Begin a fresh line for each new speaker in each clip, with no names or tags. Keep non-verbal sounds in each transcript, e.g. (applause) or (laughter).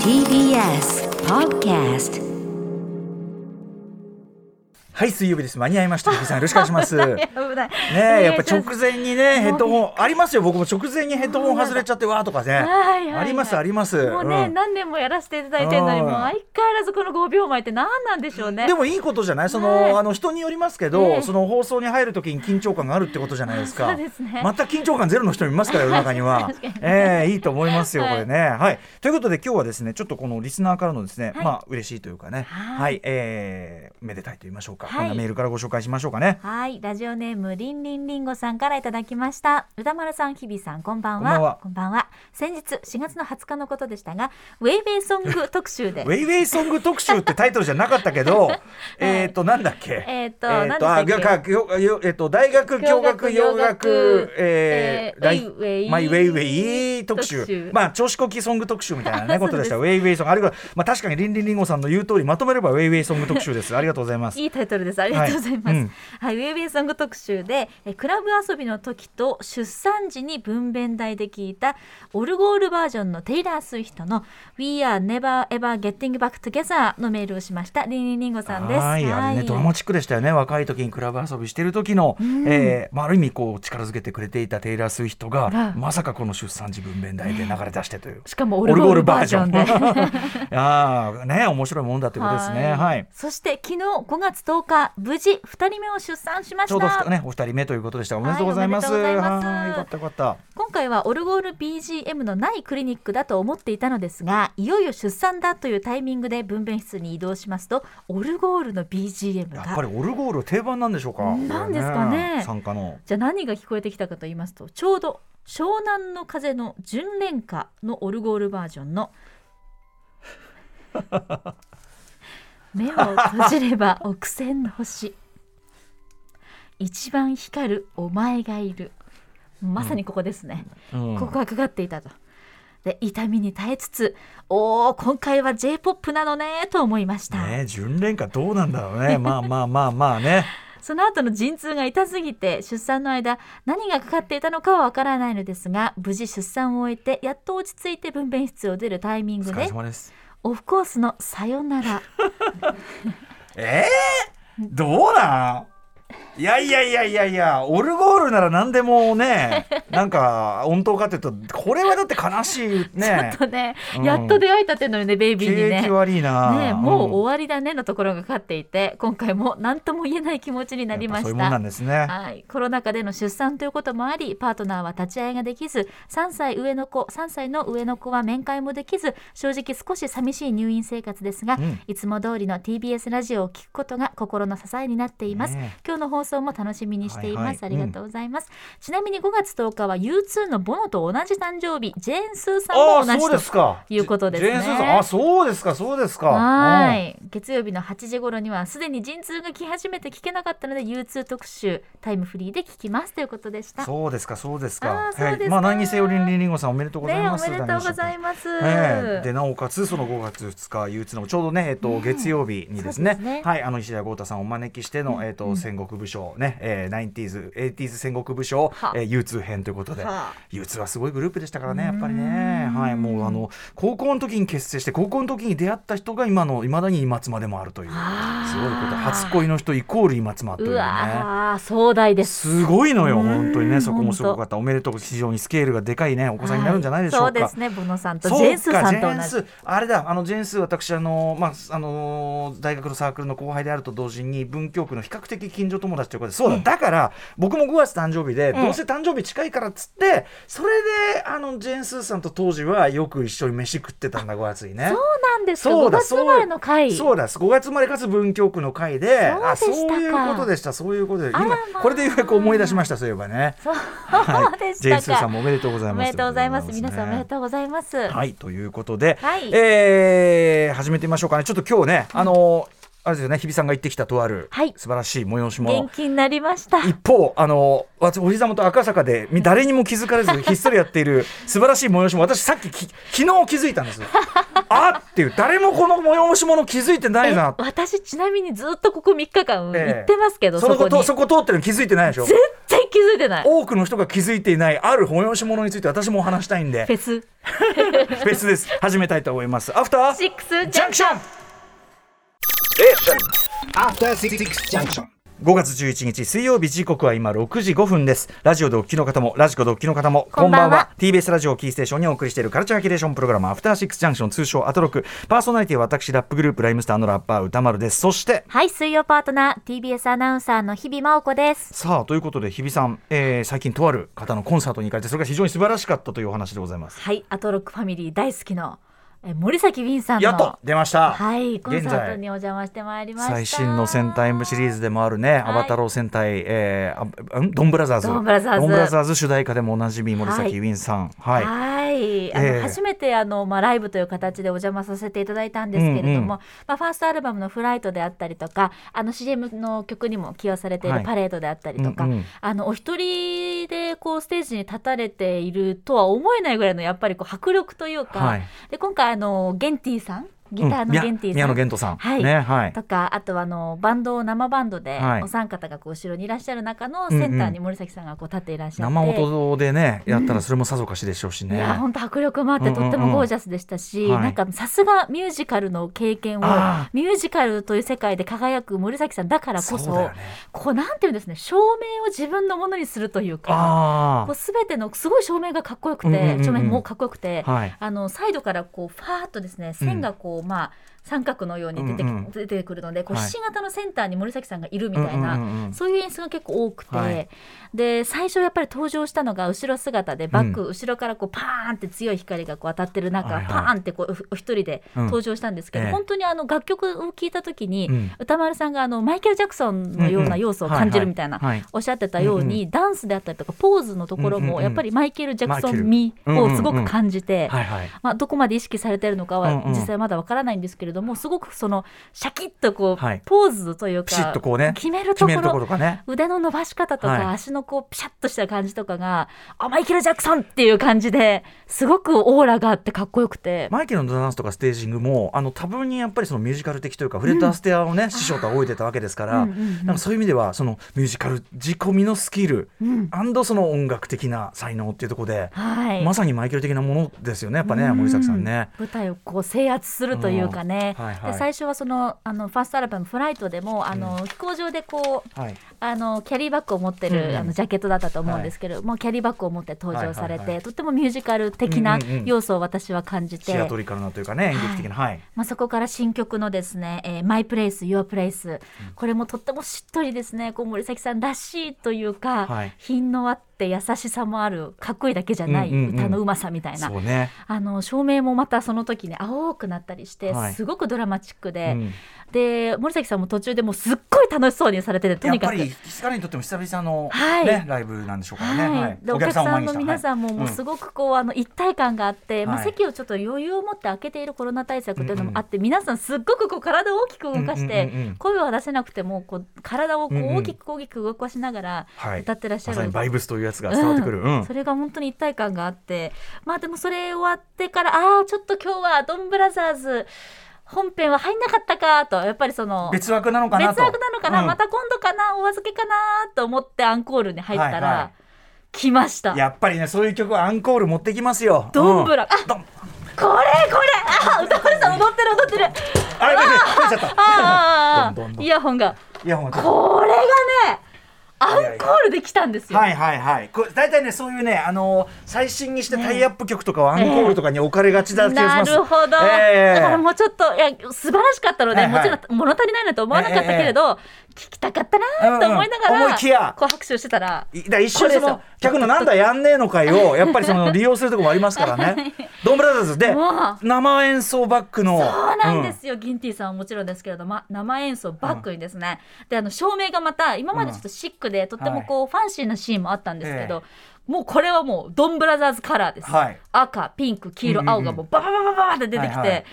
TBS Podcast
はい、水曜日です。間に合いました。ゆきさん、よろしくお願いし
(laughs)
ます。ね
危ない。
え、やっぱ直前にね、ヘッドホン、ありますよ。僕も直前にヘッドホン外れちゃって、わーとかね。
はいはいはい
あります、あります。
もう
う
ね、
ん
何年もやらせていただいてるのに、
うん
もう相変わらずこの5秒前って何なんでしょうね。
でもいいことじゃないその、
ねえ
あの人によりますけ
ね
ど、
え
その放送に入るときに緊張感があるってことじゃないですか
そうですね
また緊張感ゼロの人もいますから世の中には
(laughs) 確かに
ええいいと思いますよ、
はい
これねはいということで今日はですねちょっとこのリスナーからのですね、
はい
まあ嬉しいというかね
はい
はい、えーめでたいと言いましょうか、
はい
こんなメールからご紹介しましょうかね
はい、ラジオネームりんりんりんごさんからいただきました。歌丸さん、日比さん、こんばんは。
こんばんは
先日4月の20日のことでしたが、ウェイウェイソング特集で
(laughs) ウェ。イウェイソング特集ってタイトルじゃなかったけど、えっと、なんだっけ。
えーと
えーと、あ、
何でしたっ
が、よ、よ、えっと、大学教学洋楽、えー、
えー
ライ
ウェイウェイ
マイウェイウェイ特
特
集
集。
まあ、調子こきソング特集みたいなね、
(laughs) そ
こ
うです
とでした。ウェイウェイソング、あるいは、まあ、確かにリンリンリンゴさんの言う通り、まとめればウェイウェイソング特集です。ありがとうございます。
いいタイトルです。ありがとうございます。
は
はいい、
うん
ウェイウェイソング特集で、えクラブ遊びの時と出産時に分娩台で聞いたオルゴールバージョンのテイラー・スウィフトの We are never ever getting back together のメールをしました。リンリンリンゴさんです。
はい、あれね、ドラマチックでしたよね。若い時にクラブ遊びしてる時の、えーまあ、ある意味、こう、力づけてくれていたテイラー・スウィフト
あ
が
ら、
まさかこの出産時分娩台で流れ出してという。
しかもオルゴールバージョンで。
で。 (laughs) ああ、ね、面白いもんだということですね。
は
はい。
そして昨日5月10日無事2人目を出産しま
ち
し
ょうど
た
ふたね、お二人目ということでした。おめでとうございます。
はいおめでとうございます
はいよかった、よかった。
今回はオルゴール BGM のないクリニックだと思っていたのですがいよいよ出産だというタイミングで分娩室に移動しますとオルゴールの BGM
やっぱ
が
りオルゴール定番なんでしょうか。
なんですかね
これ参加の。
じゃあ何が聞こえてきたかと言いますとちょうど「湘南の風の純恋歌」のオルゴールバージョ
(laughs)
ンの「目を閉じれば億千の星」「一番光るお前がいる」まさにここですね。
うん
ここがかかっていたと。で痛みに耐えつつおお今回は j p o p なのねと思いました、
ね、純恋歌どうなんだろう
(laughs)
ね。まあまあまあまあね。
その後の陣痛が痛すぎて出産の間何がかかっていたのかはわからないのですが無事出産を終えてやっと落ち着いて分娩室を出るタイミン
お
グ
疲れ
で
様です。
オフコースの「さよなら
ええどうなん。いやいやいやいやいや、オルゴールなら何でも
(laughs)。
ね、なんか音頭かというと、これはだって悲しい」ね
とね、
うん
やっと出会えたっていうのにねベイビーに
景気
ね。
悪いな。
ね、もう終
わ
わりだねのところがかかっていて今回も何とも言えない気持ちになりま
そう
し
いうもん
た
なんですね。
はい、コロナ禍での出産ということもありパートナーは立ち会いができず3歳上の子3歳の上の子は面会もできず正直少し寂しい入院生活ですが、
うん
いつも通りの TBS ラジオを聞くことが心の支えになっています、
ねえ
今日の放送も楽しみにしています、
はいはい
ありがとうございます、ちなみに5月10日は U2 のボノと同じ誕生日ジェーン・スーさん
あ
も
あ
同
そうで
じ
すか。
ということですね
ジェーンスーさんあそうですかそうですか。
はい月曜日の8時頃にはすでに陣痛が来始めて聞けなかったので U2 特集タイムフリーで聞きますということでし
うん
た
そうですかそうですか。
あーそうですか
まあ何にせよりんりんりんごさんおめでとうござい
ね、お
ます。
めでとうございます。
ええでなおかつその5月2日憂鬱のちょうどねえっと月曜日にですね,、
そうですね
はいあの石田豪太さんをお招きしての、えっと戦国武将ね、えー、90s 80s 戦国武将
は
えー憂鬱編ということで
はあ
憂鬱はすごいグループでしたからねやっぱりねはいもうあの高校の時に結成して高校の時に出会った人が今のいまだに今妻でもあるというす
あー
ごいこと初恋の人イコール今妻という
う
ね。
わー壮大です。
すごいのよ、
うん
本当にね、そこも
本当
すごかった、おめでとう、非常にスケールがでかいね、お子さんになるんじゃないでしょうか。
はいそうですね、ボノさんとジ
そうか
ェンスーさんと
ジェン
同
スあれだあのジェンスー私あのまああの大学のサークルの後輩であると同時に文京区の比較的近所友達ということでそうだ、だから僕も5月誕生日で、
ええ
どうせ誕生日近いからっつってそれであのジェンスーさんと当時はよく一緒に飯食ってたんだ5月にね
じ。そうなんですか。
そう
5
だ
月生まれの回。
そうだ5月生まれかつ文京区の会であ
そうでした
そう
か
いうことでしたそういうことで今
あらまあ
これでようやく思い出しましたそういえばね。
そう
はい
(laughs) でし
ジェ
た
ンスーさん
か。
もおめでとうござい
お
ます。
めでとうございます。皆さんおめで
う
とうございます。
(laughs) はい、ということで、
はい
えー始めてみましょうかね。ちょっと今日ね、あのーあれですよね、日比さんが行ってきたとある、
はい
素晴らしい催し
元
物。
気になりました。
一方、あのー私お膝元赤坂
(laughs)
でみ誰にも気づかれずひっそりやっている素晴らしい催し物、私さっきき昨日気づいた
(laughs)
んですよ。あっていう誰もこの催し物気づいてない
え
な。
私ちなみにずっとここ3日間
ええ
行ってますけど、
そ
そ
の
こ
こ
に
とそこ通ってるの気づいてないでしょ。
全然気づいてないフ
多くの人が気づいていないある催し物について私もお話したいんで
ェス
フェスです始めたいと思いますアフター
シックスジ
ジ
ャ
ャン
ンク
クシ
ション
ョン
After Six Junction.
5月11日水曜日時刻は今6時5分ですラジオでお聞きの方もラジコでお聞きの方も
こんばんは
TBS ラジオをキーステーションにお送りしているカルチャーキュレーションプログラムアフターシックスジャンクション通称アトロクパーソナリティは私ラップグループライムスターのラッパー歌丸ですそして
はい水曜パートナー TBS アナウンサーの日々真央子です
さあということで日比さん、えー最近とある方のコンサートに行かれてそれが非常に素晴らしかったというお話でございます
はいアトロックファミリー大好きのえ森崎ウィンさんの
やっと出ました
はいコン
現
サート
在
にお邪魔してまいりました
最新の戦隊シリーズでもあるね、アバタロー戦隊、えーあんドンブラザーズ、
ドンブラザーズ
ドンズ主題歌でもおなじみ、森
はい
崎ウィンさん、
は、
はいい、
あの
ええ
初めてあの、まあ、ライブという形でお邪魔させていただいたんですけれども、
うんうん
まあ、ファーストアルバムの「フライト」であったりとかあの CM の曲にも起用されてい
は
る「
い
パレード」であったりとか、
うんうん
あのお一人でこうステージに立たれているとは思えないぐらいのやっぱりこう迫力というか、
はい
で今回あのゲンティさんギターの
うん
ゲンティ
宮宮
さ
野
ん
源斗さん、
はい
ね、はい、
とかあとあのバンド生バンドで
はい
お三方がこう後ろにいらっしゃる中のセンターに森崎さんがこう立っていらっしゃって、
生音でね、やったらそれもさぞかしでしょうし
い
ね。
や本当迫力もあっ
うん
て
うん
と
う
っ
ん
てもゴージャスでしたし、
はい
なんかさすがミュージカルの経験を
あ
ミュージカルという世界で輝く森崎さんだからこそ
そうだよね
こうなんていうんですね照明を自分のものにするというか
あ
こう全てのすごい照明がかっこよくて、
うんうんうんうん
照明もかっこよくて。
あ、はい、
あのサイドからこうファーッとですね線がこう、まあ三角のように出て,、
うんうん
出てくるのでこう
はい
ひし形のセンターに森崎さんがいるみたいな、
うんうんうん
そういう演出が結構多くて、
はい
で最初やっぱり登場したのが後ろ姿でバック、後ろからこうパーンって強い光がこう当たってる中、
はいはい
パーンってこうお一人で登場したんですけど、
うんええ
本当にあの楽曲を聴いた時に、
うん
歌丸さんがあのマイケル・ジャクソンのような要素を感じるみたいな。
はいはいはい
おっしゃってたように、ダンスであったりとかポーズのところ
うんうん
も
うん
やっぱりマイケル・ジャクソ
マイケル
ン味をすごく感じて、
はい、はい、
まあ、どこまで意識されてるのか
うん
は
うん
実際まだわからないんですけれども、すごくそのシャキッとこう、
はい
ポーズというか
ピシッとこうね
決める
決
とこ
めるとこ
ろ
ろがね。
腕の伸ばし方とか、
はい
足のこうピシャッとした感じとかがあマイケル・ジャクソンっていう感じですごくオーラがあってかっこよくて。
マイケルのダンスとかステージングもあの多分にやっぱりそのミュージカル的というかフレッド・アステアをね、師匠と仰いでたわけですから、
うんうんうん
なんかそういう意味ではそのミュージカル仕込みのスキル、
うん
その音楽的な才能っていうところで、
はい、
まさにマイケル的なものですよねやっぱね、
うん
森崎さんね。
舞台をこう制圧するというかね、
うんはいはい
で最初はそのあのファーストアルバム「フライト」でもあの、飛行場でこう
はい、
あのキャリーバッグを持ってる、
うん
あのジャケットだったと思うんですけど、もうキャリーバッグを持って登場さ
は
れて、
いはいはい
とってもミュージカル的な
うんうんうん
要素を私は感じて、
シアトリカルなというかね演劇的なはい、
まあ、そこから新曲のですね「えー、マイプレイス Your Place」これもとってもしっとりですねこう森崎さんらしいというか、
はい
品のあって優しさもあるかっこいいだけじゃない
うんうんうん
歌のうまさみたいな、
そうね、
あの照明もまたその時ね青くなったりして、
はい
すごくドラマチック
う
で、
ん、
で森崎さんも途中でもうすっごい楽しそうにされててと
やっ
にか
ぱ
く
り彼にとっても久々の、
はい
ね、ライブなんでしょうからね、
はい、でお客さんの皆さんももう
す
すごくこうあの一体感があって、まあ、
はい
席をちょっと余裕を持って開けているコロナ対策というのもあって、皆さんすっごくこう体を大きく動かして、
うんうんうんうん
声は出せなくてもこう体をこ
うんう
うん大きく大きく動かしながら
はい
歌ってらっし
ま
ゃる、
さにバイブスというやつが伝わってくる、
う
うんん
それが本当に一体感があってまあでもそれ終わってからああちょっと今日はドンブラザーズ本編は入んなかったかとやっぱりその
別枠なのかなと
別枠なのかな、
うん
また今度かなお預けかなと思ってアンコールに入ったら、
はいはい
来ました
やっぱりねそういう曲はアンコール持ってきますよ
どんぶ
ラ、
ら、あこれこれあ歌丸さん踊ってる踊ってる
うんあれ出ちゃった
あーあーあー
どんどんどん
イヤホンが
いやほんと
これがねアンコールできたんですよ、
はいはいはいこう大体ねそういうねあのー最新にしてタイアップ曲とかはアンコールとかに置かれがちだ気がし
な
ます、
るほど、
ええ
だからもうちょっといや素晴らしかったので、
はいはい
もちろん物足りないなと思わなかったけれど、聞きたかったなと思いながら、
うんうん思いきや
こう拍手をしてたら
いだから一瞬そ
これで
の
すよ
客のなんだやんねえのかいを
(laughs)
やっぱりその利用するとこもありますからねドンブラザーズで
もう
生演奏バックの
そうなんですよ、ギンティさんはもちろんですけれども、ま生演奏バックにですね、であの照明がまた今までちょっとシックで、とってもこうファンシーなシーンもあったんですけど、
え
もうこれはもうドンブラザーズカラーです、
はい
赤ピンク黄色
うんうんうん
青がもうババババババって出てきて、
はいはい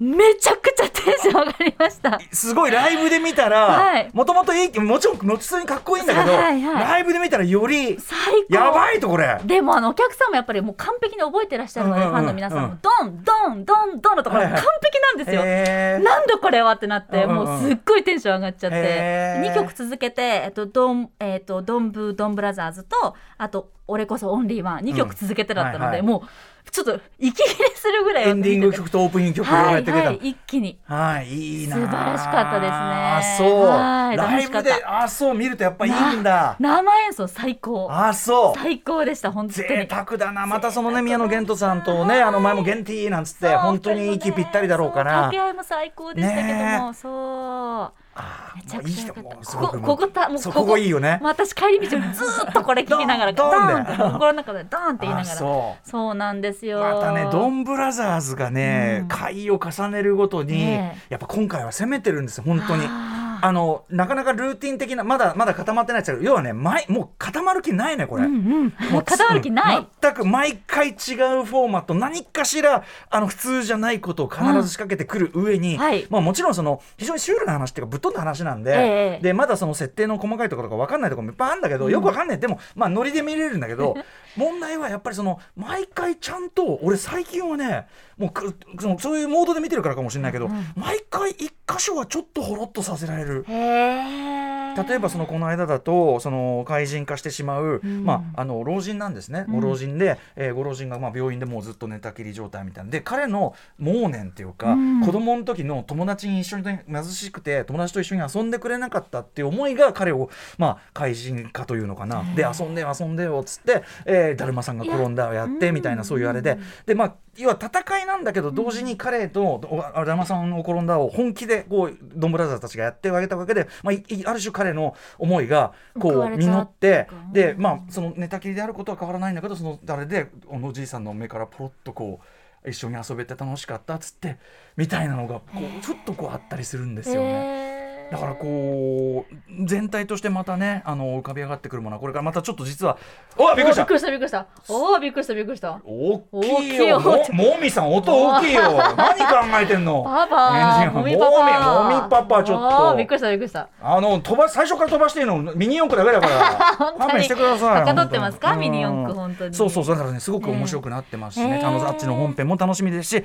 めちゃくちゃテンション上がりました。
すごいライブで見た
は
ら
い
もともといいもちろん普通にかっこいいんだけど、
はいはい
ライブで見たらより
最高。
やばいとこれ
でもあのお客さんもやっぱりもう完璧に覚えてらっしゃるので、
うんうん
フ
うん
ァンの皆さん
う
も
ん
ドンドンドンドンのところ
は
も
い
完
はい
璧なんですよ。
へー
なんだこれはってなって、
うんうんうん
もうすっごいテンション上がっちゃって、
へー
2曲続けて、えっと、ドン、えっと、ドンブードンブラザーズと、あと、俺こそオンリーワン、2曲続けてだったので、
うんはいはい
もう、ちょっと、息切れするぐらい
エンディング
見てて
曲とオープニング曲を
は
やっ
い、
てくれた、
はい、一気に。
はい、いいなあ
素晴らしかったですね
あそう、
はい
ライブで
楽しかっ
あそう見るとやっぱいいんだ
生演奏最高。
あそう
最高でした、本当に。
贅沢だなまたそのね宮野源人さんとねあの前も「ゲンティー」なんつって本当に息ぴったりだろうか
そう
ら
掛け合いも最高でしたけども、
ね
そう。
あ
め
ー
ち
も
ゃ
う
く
いい
ちゃ良
人
かっ
もう
た。
す
こ
ご
こ
く
ここたもう
そこがいいよね
もう私帰り道もずーっとこれ聞きながら
ド
ド
ン
ーン
ドン
っ
で
て心の中でドーンって言いなが
あ
ら。そう
そう
なんですよ。
またねドンブラザーズがね、
うん
回を重ねるごとに、
ね
やっぱ今回は攻めてるんですよ本当に。
あー
あのなかなかルーティン的なまだまだ固まってないですけど要はね毎もう固まる気ないねこれ。
うんうん。
もう
片歩きな
うん
い。
全く毎回違うフォーマット何かしらあの普通じゃないことを必ず仕掛けてくる上に、
うんはい
まあ、もちろんその非常にシュールな話っていうかぶっ飛んだ話なんで,、
ええ
でまだその設定の細かいところとか分かんないところもいっぱいあるんだけど、よく分かんないでも、まあ、ノリで見れるんだけ
(laughs)
ど問題はやっぱりその毎回ちゃんと俺最近はねもうくそのそういうモードで見てるからかもしれないけど、毎回一箇所はちょっとほろっとさせられる。
へえ。
例えばそのこの間だとその怪人化してしまう、
ん
まあ、あの老人なんですね、ご老人で、えーご老人がまあ病院でもうずっと寝たきり状態みたいなで彼の盲年っていうか、
うん
子供の時の友達に一緒に貧しくて友達と一緒に遊んでくれなかったっていう思いが彼を、まあ、怪人化というのかな、で遊んでよ遊んでよっつって、えーだるまさんが転んだをやってみたいなそういうあれでで、まあ、要は戦いなんだけど同時に彼とおあだるまさんの転んだを本気でこうドンブラザーズたちがやってあげたわけで、まあ、いいある種彼の思いがこ
報わ
う
れた
実って
っていうか
でまあその寝たきりであることは変わらないんだけどその誰でおのじいさんの目からポロッとこう一緒に遊べて楽しかったっつってみたいなのがこうふっとこうあったりするんですよね。
へー
だからこう全体としてまたねあの浮かび上がってくるものはこれからまたちょっと実はおびっくりした
おびっくりしたびっくりした。おおびっくりした
大
びっくりした。
きい
大
よ。
きいよ
ももみさん、音大きいよ。何考えてんの。
パパ
エンジン
もみ
も
パ
み、
パ
もみパパ、ちょ
おーび
っ
っく
と。
りしたびっくりした
あの、飛ば、最初から飛ばしていいの、ミニ四駆だけだから。
(laughs) 本当に
勘弁してください。
はかどってますか
本当に
ミニ四駆
うん
本当に
そうそう、だからね、すごく面白くなってますし
ね
ね、
え
あの、あっちの本編も楽しみですし。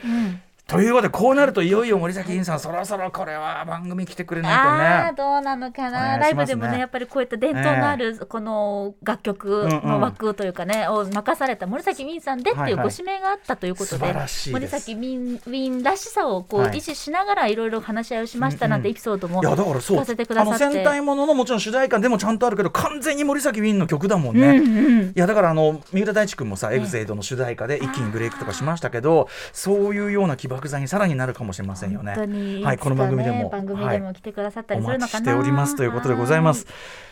ということで、こうなると、いよいよ森崎委員さん、そろそろこれは番組来てくれな
あ
い
ーどうなのかな、
お願
ラ
い
イ
し
ブ
ます
で
ね
もねやっぱりこういった伝統のあるこの楽曲
うんう
の
ん
枠というかね、を任された森崎ウィンさんでって
はいいうはい
ご指名があったということで,、
素晴らしい
森
です
崎ウィンウィンらしさをこう
はい
維持しながらいろいろ話し合いをしましたなんてエピソードも
とね。いやだからそう
聞かせてくだ
あ
さ
の
って、
戦隊もののもちろん主題歌でもちゃんとあるけど完全に森崎ウィンの曲だもんね、
うんうん
いやだからあの三浦大知君もさ、エグゼイドの主題歌で一気にブレイクとかしましたけどそういうような起爆剤にさらになるかもしれませんよね。
本当に
はい、この番組で
いつか
も
ね番組
は
で
い
も来てくださった
お
りする
待
の
ち
か
し
な、
ておりますということでございます。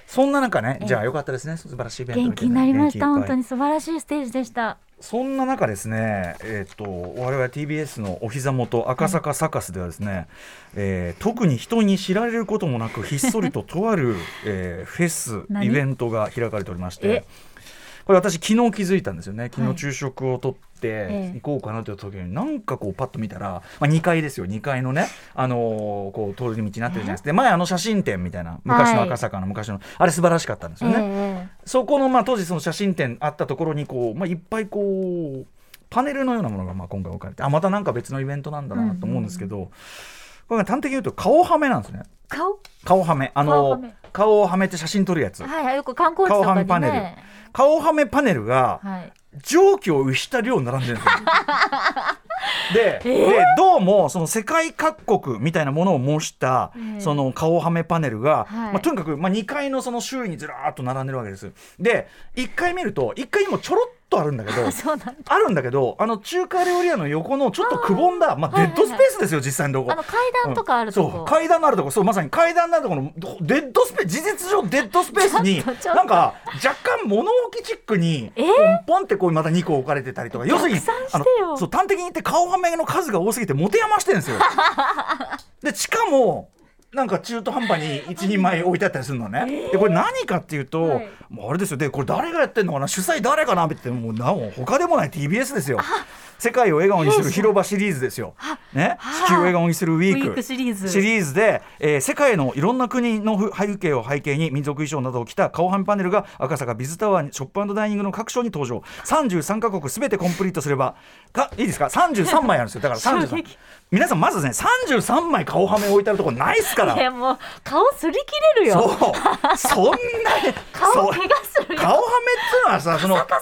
そんな中ね、
ええ
じゃあよかったですね、素晴らしいイベント
元気になりました
元気いっ
本
ぱい
当に素晴らしいステージでした
そんな中ですね、えっと我々 TBS のお膝元赤坂サカスではですね、えー特に人に知られることもなくひっそりととあ
(laughs)
る、えーフェス
何
イベントが開かれておりまし
え
てこれ私昨日気づいたんですよね昨
は
日
い
昼食をとって
ええ
行こうかなという時に、なんかこうパッと見たら、まあ、2階ですよ2階のね、あのーこう通り道になってるじゃないですかで前あの写真展みたいな昔の赤坂の昔の、あれ素晴らしかったんですよね。
え
そこの、まあ、当時その写真展あったところにこう、まあ、いっぱいこうパネルのようなものがまあ今回置かれてあまたなんか別のイベントなんだなと思うんですけど、これが端的に言うと顔はめなんですね
え顔
顔はめあ
顔は
の
め
顔をはめて写真撮るやつ
はいよく観光地とか
顔半パ
に
ネル
ね
顔はめパネルが
はい
蒸気を浮した量並んでるんですよ
(laughs)
で,、でどうもその世界各国みたいなものを模した、
ええ
その顔はめパネルが、
はい
まあ、とにかく、まあ、2階のその周囲にずらーっと並んでるわけですで1階見ると1階にもちょろっとあるんだけど
(laughs) あそうなんだ
あるんだけどあの中華料理屋の横のちょっとくぼんだまあ、デッドスペースですよ、実際のとこ
あの階段とかあると
うんそ
こ
う、階段のあるとこそうまさに階段のあるところのデッドスペース事実上デッドスペースに
(laughs) ちょっとちょっと
なんか若干物置チックに
え
ポンポンってこうまた2個置かれてたりとか要するに
逆算して
あ
よ
のそう端的に言って顔はめの数が多すぎて持て余してるんです
(laughs)
よ。でしかもなんか中途半端に一人前置いてあったりするのね。でこれ何かっていうと、
はい
もうあれですよでこれ誰がやってんのかな主催誰かなってもうなお他でもない TBS ですよ。世界を笑顔にする広場シリーズですよ。ね
はあ
地球を笑顔にするウィーク
ウィークシリーズ
で、えー世界のいろんな国のふ背景を背景に民族衣装などを着た顔はめパネルが赤坂ビズタワーにショップダイニングの各所に登場33カ国すべてコンプリートすればかいいですか33枚あるんですよだから
衝
33
撃
皆さんまずね33枚顔はめ置いてあるところないっすから
いやもう顔擦り切れる
そう
よ。
そんな
顔
そう
怪我するよ。
顔はめっていうのはさその
カサだ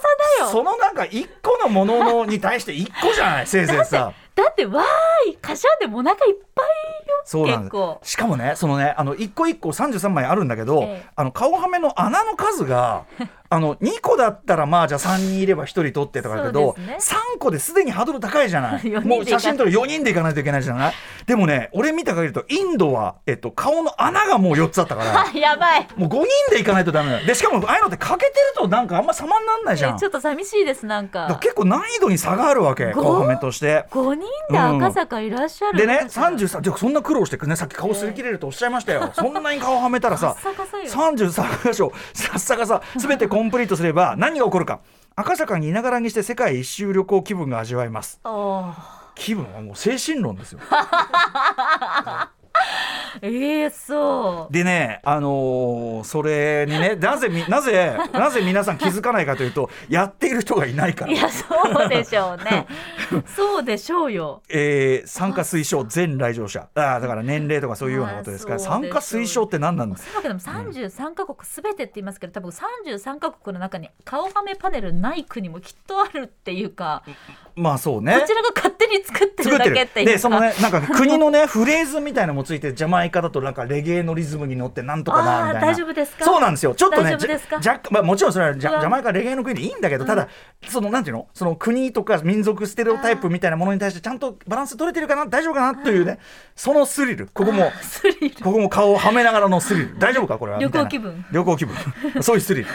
よ
そのなんか一個のもののに対して一個じゃないせいぜいさ
だってわーいカシャンでもうお腹いっぱいよ。
そうなんで
結構
すしかもねそのねあの一個一個33枚あるんだけど、
ええ
あの顔はめの穴の数があの2個だったらまあじゃあ3人いれば1人取ってとかだけど、
そうです
3個ですでにハードル高いじゃな
(laughs) 四人で
い
行か
もう写真撮る4人で行かないといけないじゃないでもね俺見た限りとインドは、えっと、顔の穴がもう4つあったから
(laughs) あやばい。
もう5人で行かないとダメなのでしかもああいうのって欠けてるとなんかあんま様になんないじゃん
ちょっと寂しいですなん
だから
か。
結構難易度に差があるわけ
ご
顔はめとして。
五人で赤坂いらっしゃる
で
の
ね
かしら。
33じゃあそんな苦労してくねさっき顔擦り切れるとおっしゃいましたよ、そんなに顔はめたら (laughs) さ
カッサカサよ
33箇所さっさかさ全てコンプリートすれば何が起こるか赤坂にいながらにして世界一周旅行気分が味わえます
おー
気分はもう精神論 (laughs) ですよ
ええそう。
でねあのーそれにねなぜみなぜなぜ皆さん気づかないかというとやっている人がいないから
いやそうでしょう
(laughs)
ね。そうでしょうよ。
えー参加推奨全来場者あーだから年齢とかそういうようなことですから
まあそう
参
でしょう
加推奨って何なんですか
そうだけども33カ国すべてって言いますけど多分33カ国の中に顔はめパネルない国もきっとあるっていうか
まあそうね
こちらが勝手に作って
作
る
っ
だ
て
け
る
っていうか
でそのねなんか国のねフレーズみたいなのもついてジャマイカだとなんかレゲエのリズムに乗ってなんとかなみたいな
あー大丈夫ですか
そうなんですよちょっと
大丈
ね
夫ですか
じゃ若まあ、もちろんそれはジ
うわ
ャジャマイカレゲエの国でいいんだけどただ、そのなんていうのその国とか民族ステレオタイプみたいなものに対してちゃんとバランス取れてるかな大丈夫かなというねそのスリルここも
スリル
ここも顔をはめながらのスリル大丈夫かこれは
旅行
みたいな
気分
旅行気分そういうスリル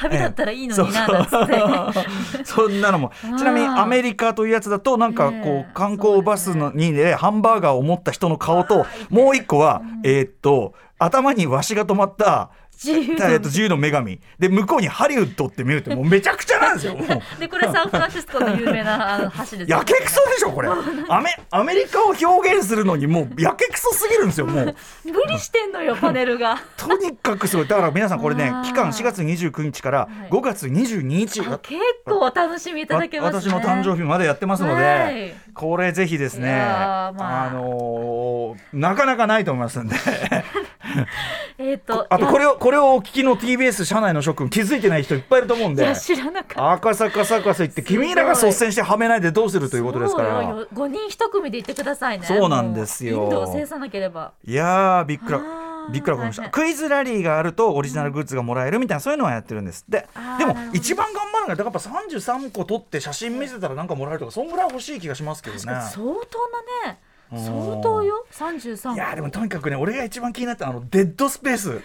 旅だったらいいのにな
ええ
なんつっ
(laughs)
て、
そんな
(laughs)
のも
ん
ちなみにアメリカというやつだとなんかこ
ねえ
う観光バスのにねハンバーガーを持った人の顔
(laughs)
ともう一個はえーっと頭にわしが止ま
(laughs)
った
自由
えーっと自由の女神で向こうにハリウッドって見るってもうめちゃくちゃなんですよ。もう
(laughs) でこれサンフランシスコの有名なあの橋ですよ
やけくそでしょこ
(laughs)
れアメアメリカを表現するのにもうやけくそすぎるんですよもう
無理してんのよパネ
(laughs)
ルが
とにかくすごいだから皆さんこれね
あー
期間4月29日から
い
5月22日
あ結構お楽しみいただけます
私
ね
の誕生日までやってますので、
はい
これぜひですね、
いやーまあ
あ、のーなかなかないと思いますんで
えっ、と
あとこ
れ
れをこれをお聞きの TBS 社内の諸君気づいてない人いっぱいいると思うん
い
で
や知らなかっ
赤坂サカス行って
すごい
君らが率先してはめないでどうする
た
ということですか
そう
ら
よ5人一組で行ってくださいね
そうなんですよ
もうインドを制さなければ
いやーびっくら
あー
びっくらこました
大変
クイズラリーがあるとオリジナルグッズがもらえるみたいなそういうのはやってるんですで
あー
でも
なるほど
一番頑張るのがだからやっぱ33個撮って写真見せたらなんかもらえるとかそんぐらい欲しい気がしますけどね。
相当なね
うん
相当よ33
いやーでもとにかくね俺が一番気になったのはあのデッドスペー
(laughs)
ス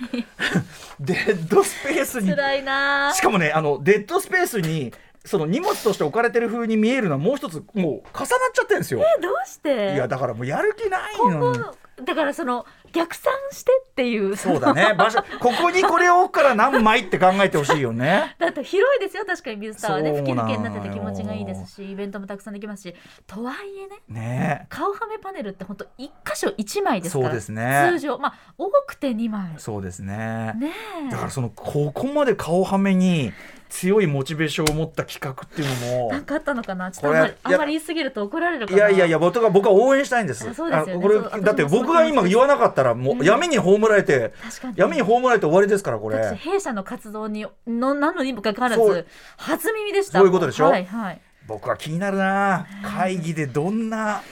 デッドスペースに
辛いな
しかもねあのデッドスペースにその荷物として置かれてる風に見えるのはもう一つもう重なっちゃってるんですよ、
えどうして
いやだからもうやる気ないの
今
に
後だからその逆算してっていう
そうだね場所ここにこれを置くから何枚って考えてほしいよね
(laughs) だって広いですよ確かにビズタワーで
そ
吹
う
き
なの
抜け
よ
になってて気持ちがいいですしイベントもたくさんできますしとはいえね
ね
顔はめパネルって本当一箇所一枚ですから
そうですね
通常まあ多くて二枚
えそうですね
ね
だからそのここまで顔はめに強いモチベーションを持った企画っていうのも
えなんかあったのかなちょっとあんまり
これ
あ
いや
んまり言いすぎると怒られるか
い
な
やいやいや、僕は僕は応援したいんです。
あそうですよ
あ
ね
これ
そう私も
だって僕が今言わなかったらもう闇に葬られて、
確かに
闇に葬られて終わりですからこ
だって
れ。
弊社の活動にのなのにもかかわら
そ
ず
う
初耳でした
そういうことでしょ
はいはい。
僕は気になるな。会議でどんな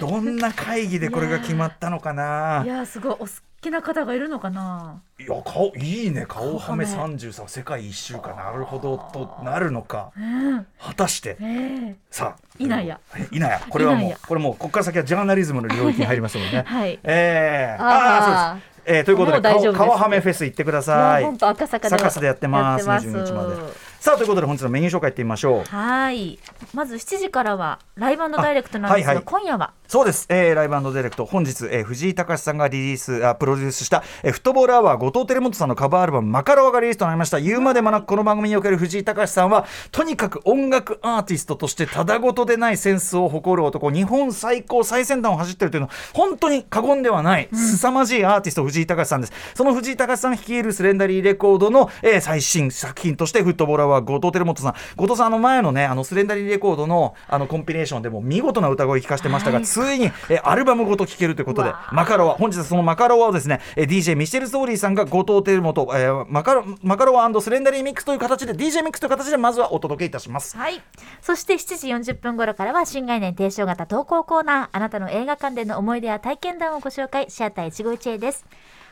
どんな会議でこれが決まったのかない
やーすごいお好きな方がいるのかない
や顔いいね顔はめ
顔は
三十さ世界一周かなるほどとなるのか
うん
果たして
ええ
さあ
いないや
えいないやこれはい
な
も
いうや
これもうここから先はジャーナリズムの領域に入りますの
(laughs)
でね。
はい
えー、
あー
ああーそうです。えー、ということ
も
で
う大丈夫
顔
です
顔はめフェス行ってください。
もう本当赤坂で
サカスでやってます
やってます
22日までさあということで本日のメニュー紹介いってみましょう
はい。まず7時からはライブダイレクトなんで
あは
すが、
いはい
今夜は
そうです、えーライブディレクト本日、えー藤井隆さんがリリースあプロデュースした、えーフットボールアワー後藤輝元さんのカバーアルバム「マカロワ」がリリースとなりました言うまでもなくこの番組における藤井隆さんはとにかく音楽アーティストとしてただごとでないセンスを誇る男日本最高最先端を走ってるというのは本当に過言ではない凄まじいアーティスト藤井隆さんですその藤井隆さん率いるスレンダリーレコードの、えー最新作品としてフットボールアワー後藤輝元さん後藤さんあの前のねあのスレンダリーレコードのあのコンピレーションでも見事な歌声聞かせてましたが、
はい
ついに、えーアルバムごと聴けるということで
うわ、
マカロワ、本日はそのマカロワをですね、えー DJ ミシェル・ソーリーさんが後藤輝元、えーマカロ、マカロワスレンダリーミックスという形で、DJ ミックスという形で、まずはお届けいたします。
はい。そして7時40分頃からは新概念提唱型投稿コーナー。あなたの映画館での思い出や体験談をご紹介。シアター一期一会です。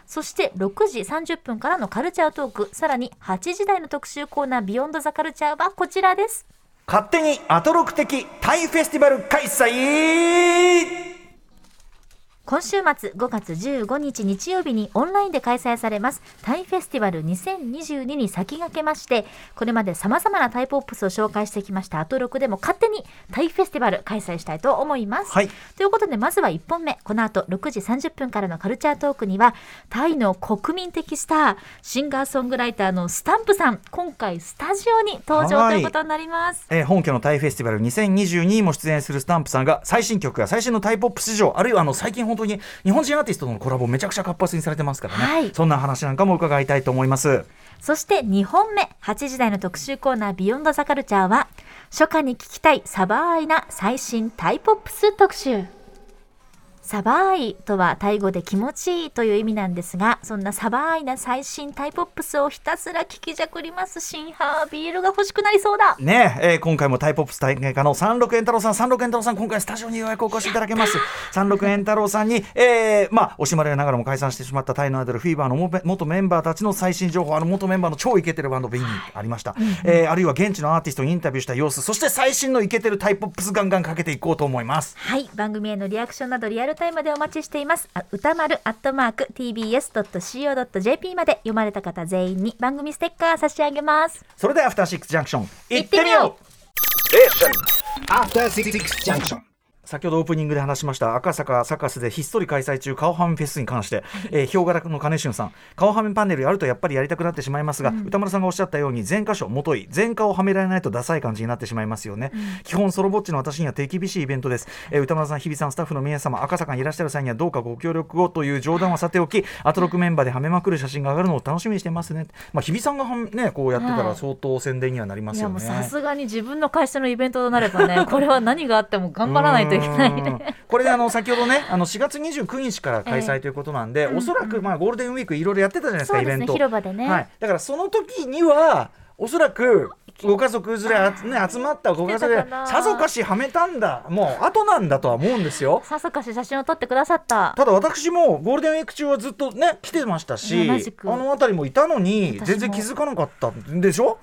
そして6時30分からのカルチャートーク。さらに8時台の特集コーナービヨンドザカルチャーはこちらです。
勝手にアトロク的タイフェスティバル開催
今週末5月15日日曜日にオンラインで開催されますタイフェスティバル2022に先駆けましてこれまで様々なタイポップスを紹介してきましたアトロクでも勝手にタイフェスティバル開催したいと思います、
はい
ということでまずは1本目この後6時30分からのカルチャートークにはタイの国民的スターシンガーソングライターのスタンプさん今回スタジオに登場
は
と
い
いうことになります
えー本家のタイフェスティバル2022にも出演するスタンプさんが最新曲や最新のタイポップ市場あるいはあの最近本当に日本人アーティストとのコラボめちゃくちゃ活発にされてますからね、
はい
そんな話なんかも伺いたいと思います。
そして2本目、8時台の特集コーナービヨンドザカルチャーは、初夏に聞きたいサバーイな最新タイポップス特集。サバーイとはタイ語で気持ちいいという意味なんですが、そんなサバーイな最新タイポップスをひたすら聞きじゃくります新派ビールが欲しくなりそうだ。
ねええー今回もタイポップス体験家の三六円太郎さん三六円太郎さん今回スタジオにようやくお越しいただけます三六円太郎さんに、えーまあ、惜しまれながらも解散してしまったタイのアイドルフィーバーのもべ元メンバーたちの最新情報あの元メンバーの超イケてるバンド B にありました、えーあるいは現地のアーティストにインタビューした様子そして最新のイケてるタイポップスガンガンかけていこうと思います
はい番組へのリアクションなどリアルタイムでお待ちしていますあ歌丸アットマーク tbs.co.jp まで読まれた方全員に番組ステッカー差し上げます
それではアフターシックスジャンクション
行
行
っ
ってて
み
み
よう
よう
After Six Junction.
先ほどオープニングで話しました赤坂サカスでひっそり開催中顔はめフェスに関して、えー、ヒョウ柄の金俊さん顔はめパネルやるとやっぱりやりたくなってしまいますが、歌丸さんがおっしゃったように全箇所もとい全顔をはめられないとダサい感じになってしまいますよね、基本ソロぼっちの私には手厳しいイベントです、えー歌丸さん日比さんスタッフの皆様赤坂にいらっしゃる際にはどうかご協力をという冗談はさておきアトロクメンバーではめまくる写真が上がるのを楽しみにしてますね、まあ、日比さんがはめねこうやってた
は
ら
い
相当宣伝にはなりま
い
す
や
よ
もう
ね、
さすがに自分の会社のイベントとなれば
(laughs)
ねこれは何があっても頑張らないといけないうね
んこれであの先ほどねあの4月29日から開催ということなんで、おそらくまあゴールデンウィークいろいろやってたじゃないですか、
(laughs) そう
イ
で
ベ
す
ン
ね
ト、
広場でね、
はい、だからその時にはおそらくご家族連れあつ、ね、集まったご家族
来
で
てたかな
さぞかしはめたんだもう後なんだとは思うんですよ
さぞかし写真を撮ってくださった
ただ私もゴールデンウィーク中はずっとね来てましたし、
ね同じく
あの辺りもいたのに
私も
全然気づかなかったんでしょ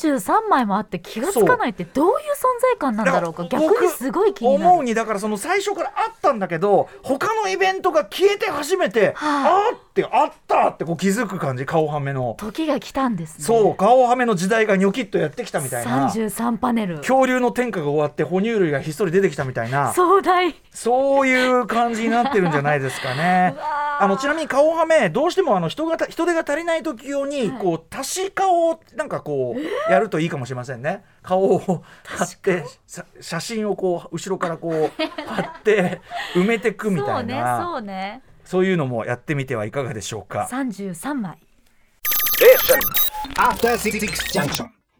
33枚もあって気がつかないってどういう存在感なんだろうか
だから
逆にすごい気に
僕
な
思う
る
にだからその最初からあったんだけど他のイベントが消えて初めて、
は
あーってあったってこう気づく感じ顔はめの、
時が来たんですね
そう顔はめの時代がニョキッとやってきたみたいな
33パネル
恐竜の天下が終わって哺乳類がひっそり出てきたみたいな
壮大
そういう感じになってるんじゃないですかね
うわ。ー
あのちなみに顔はめどうしてもあの人がた人手が足りない時用にこう、足し顔をなんかこうやるといいかもしれませんね。顔を貼ってさ写真をこう後ろからこう貼って埋めてくみ
そ
た
う
い
ね
なそう,、
そうね
いうのもやってみてはいかがでしょうか。
33枚
After Six Junction.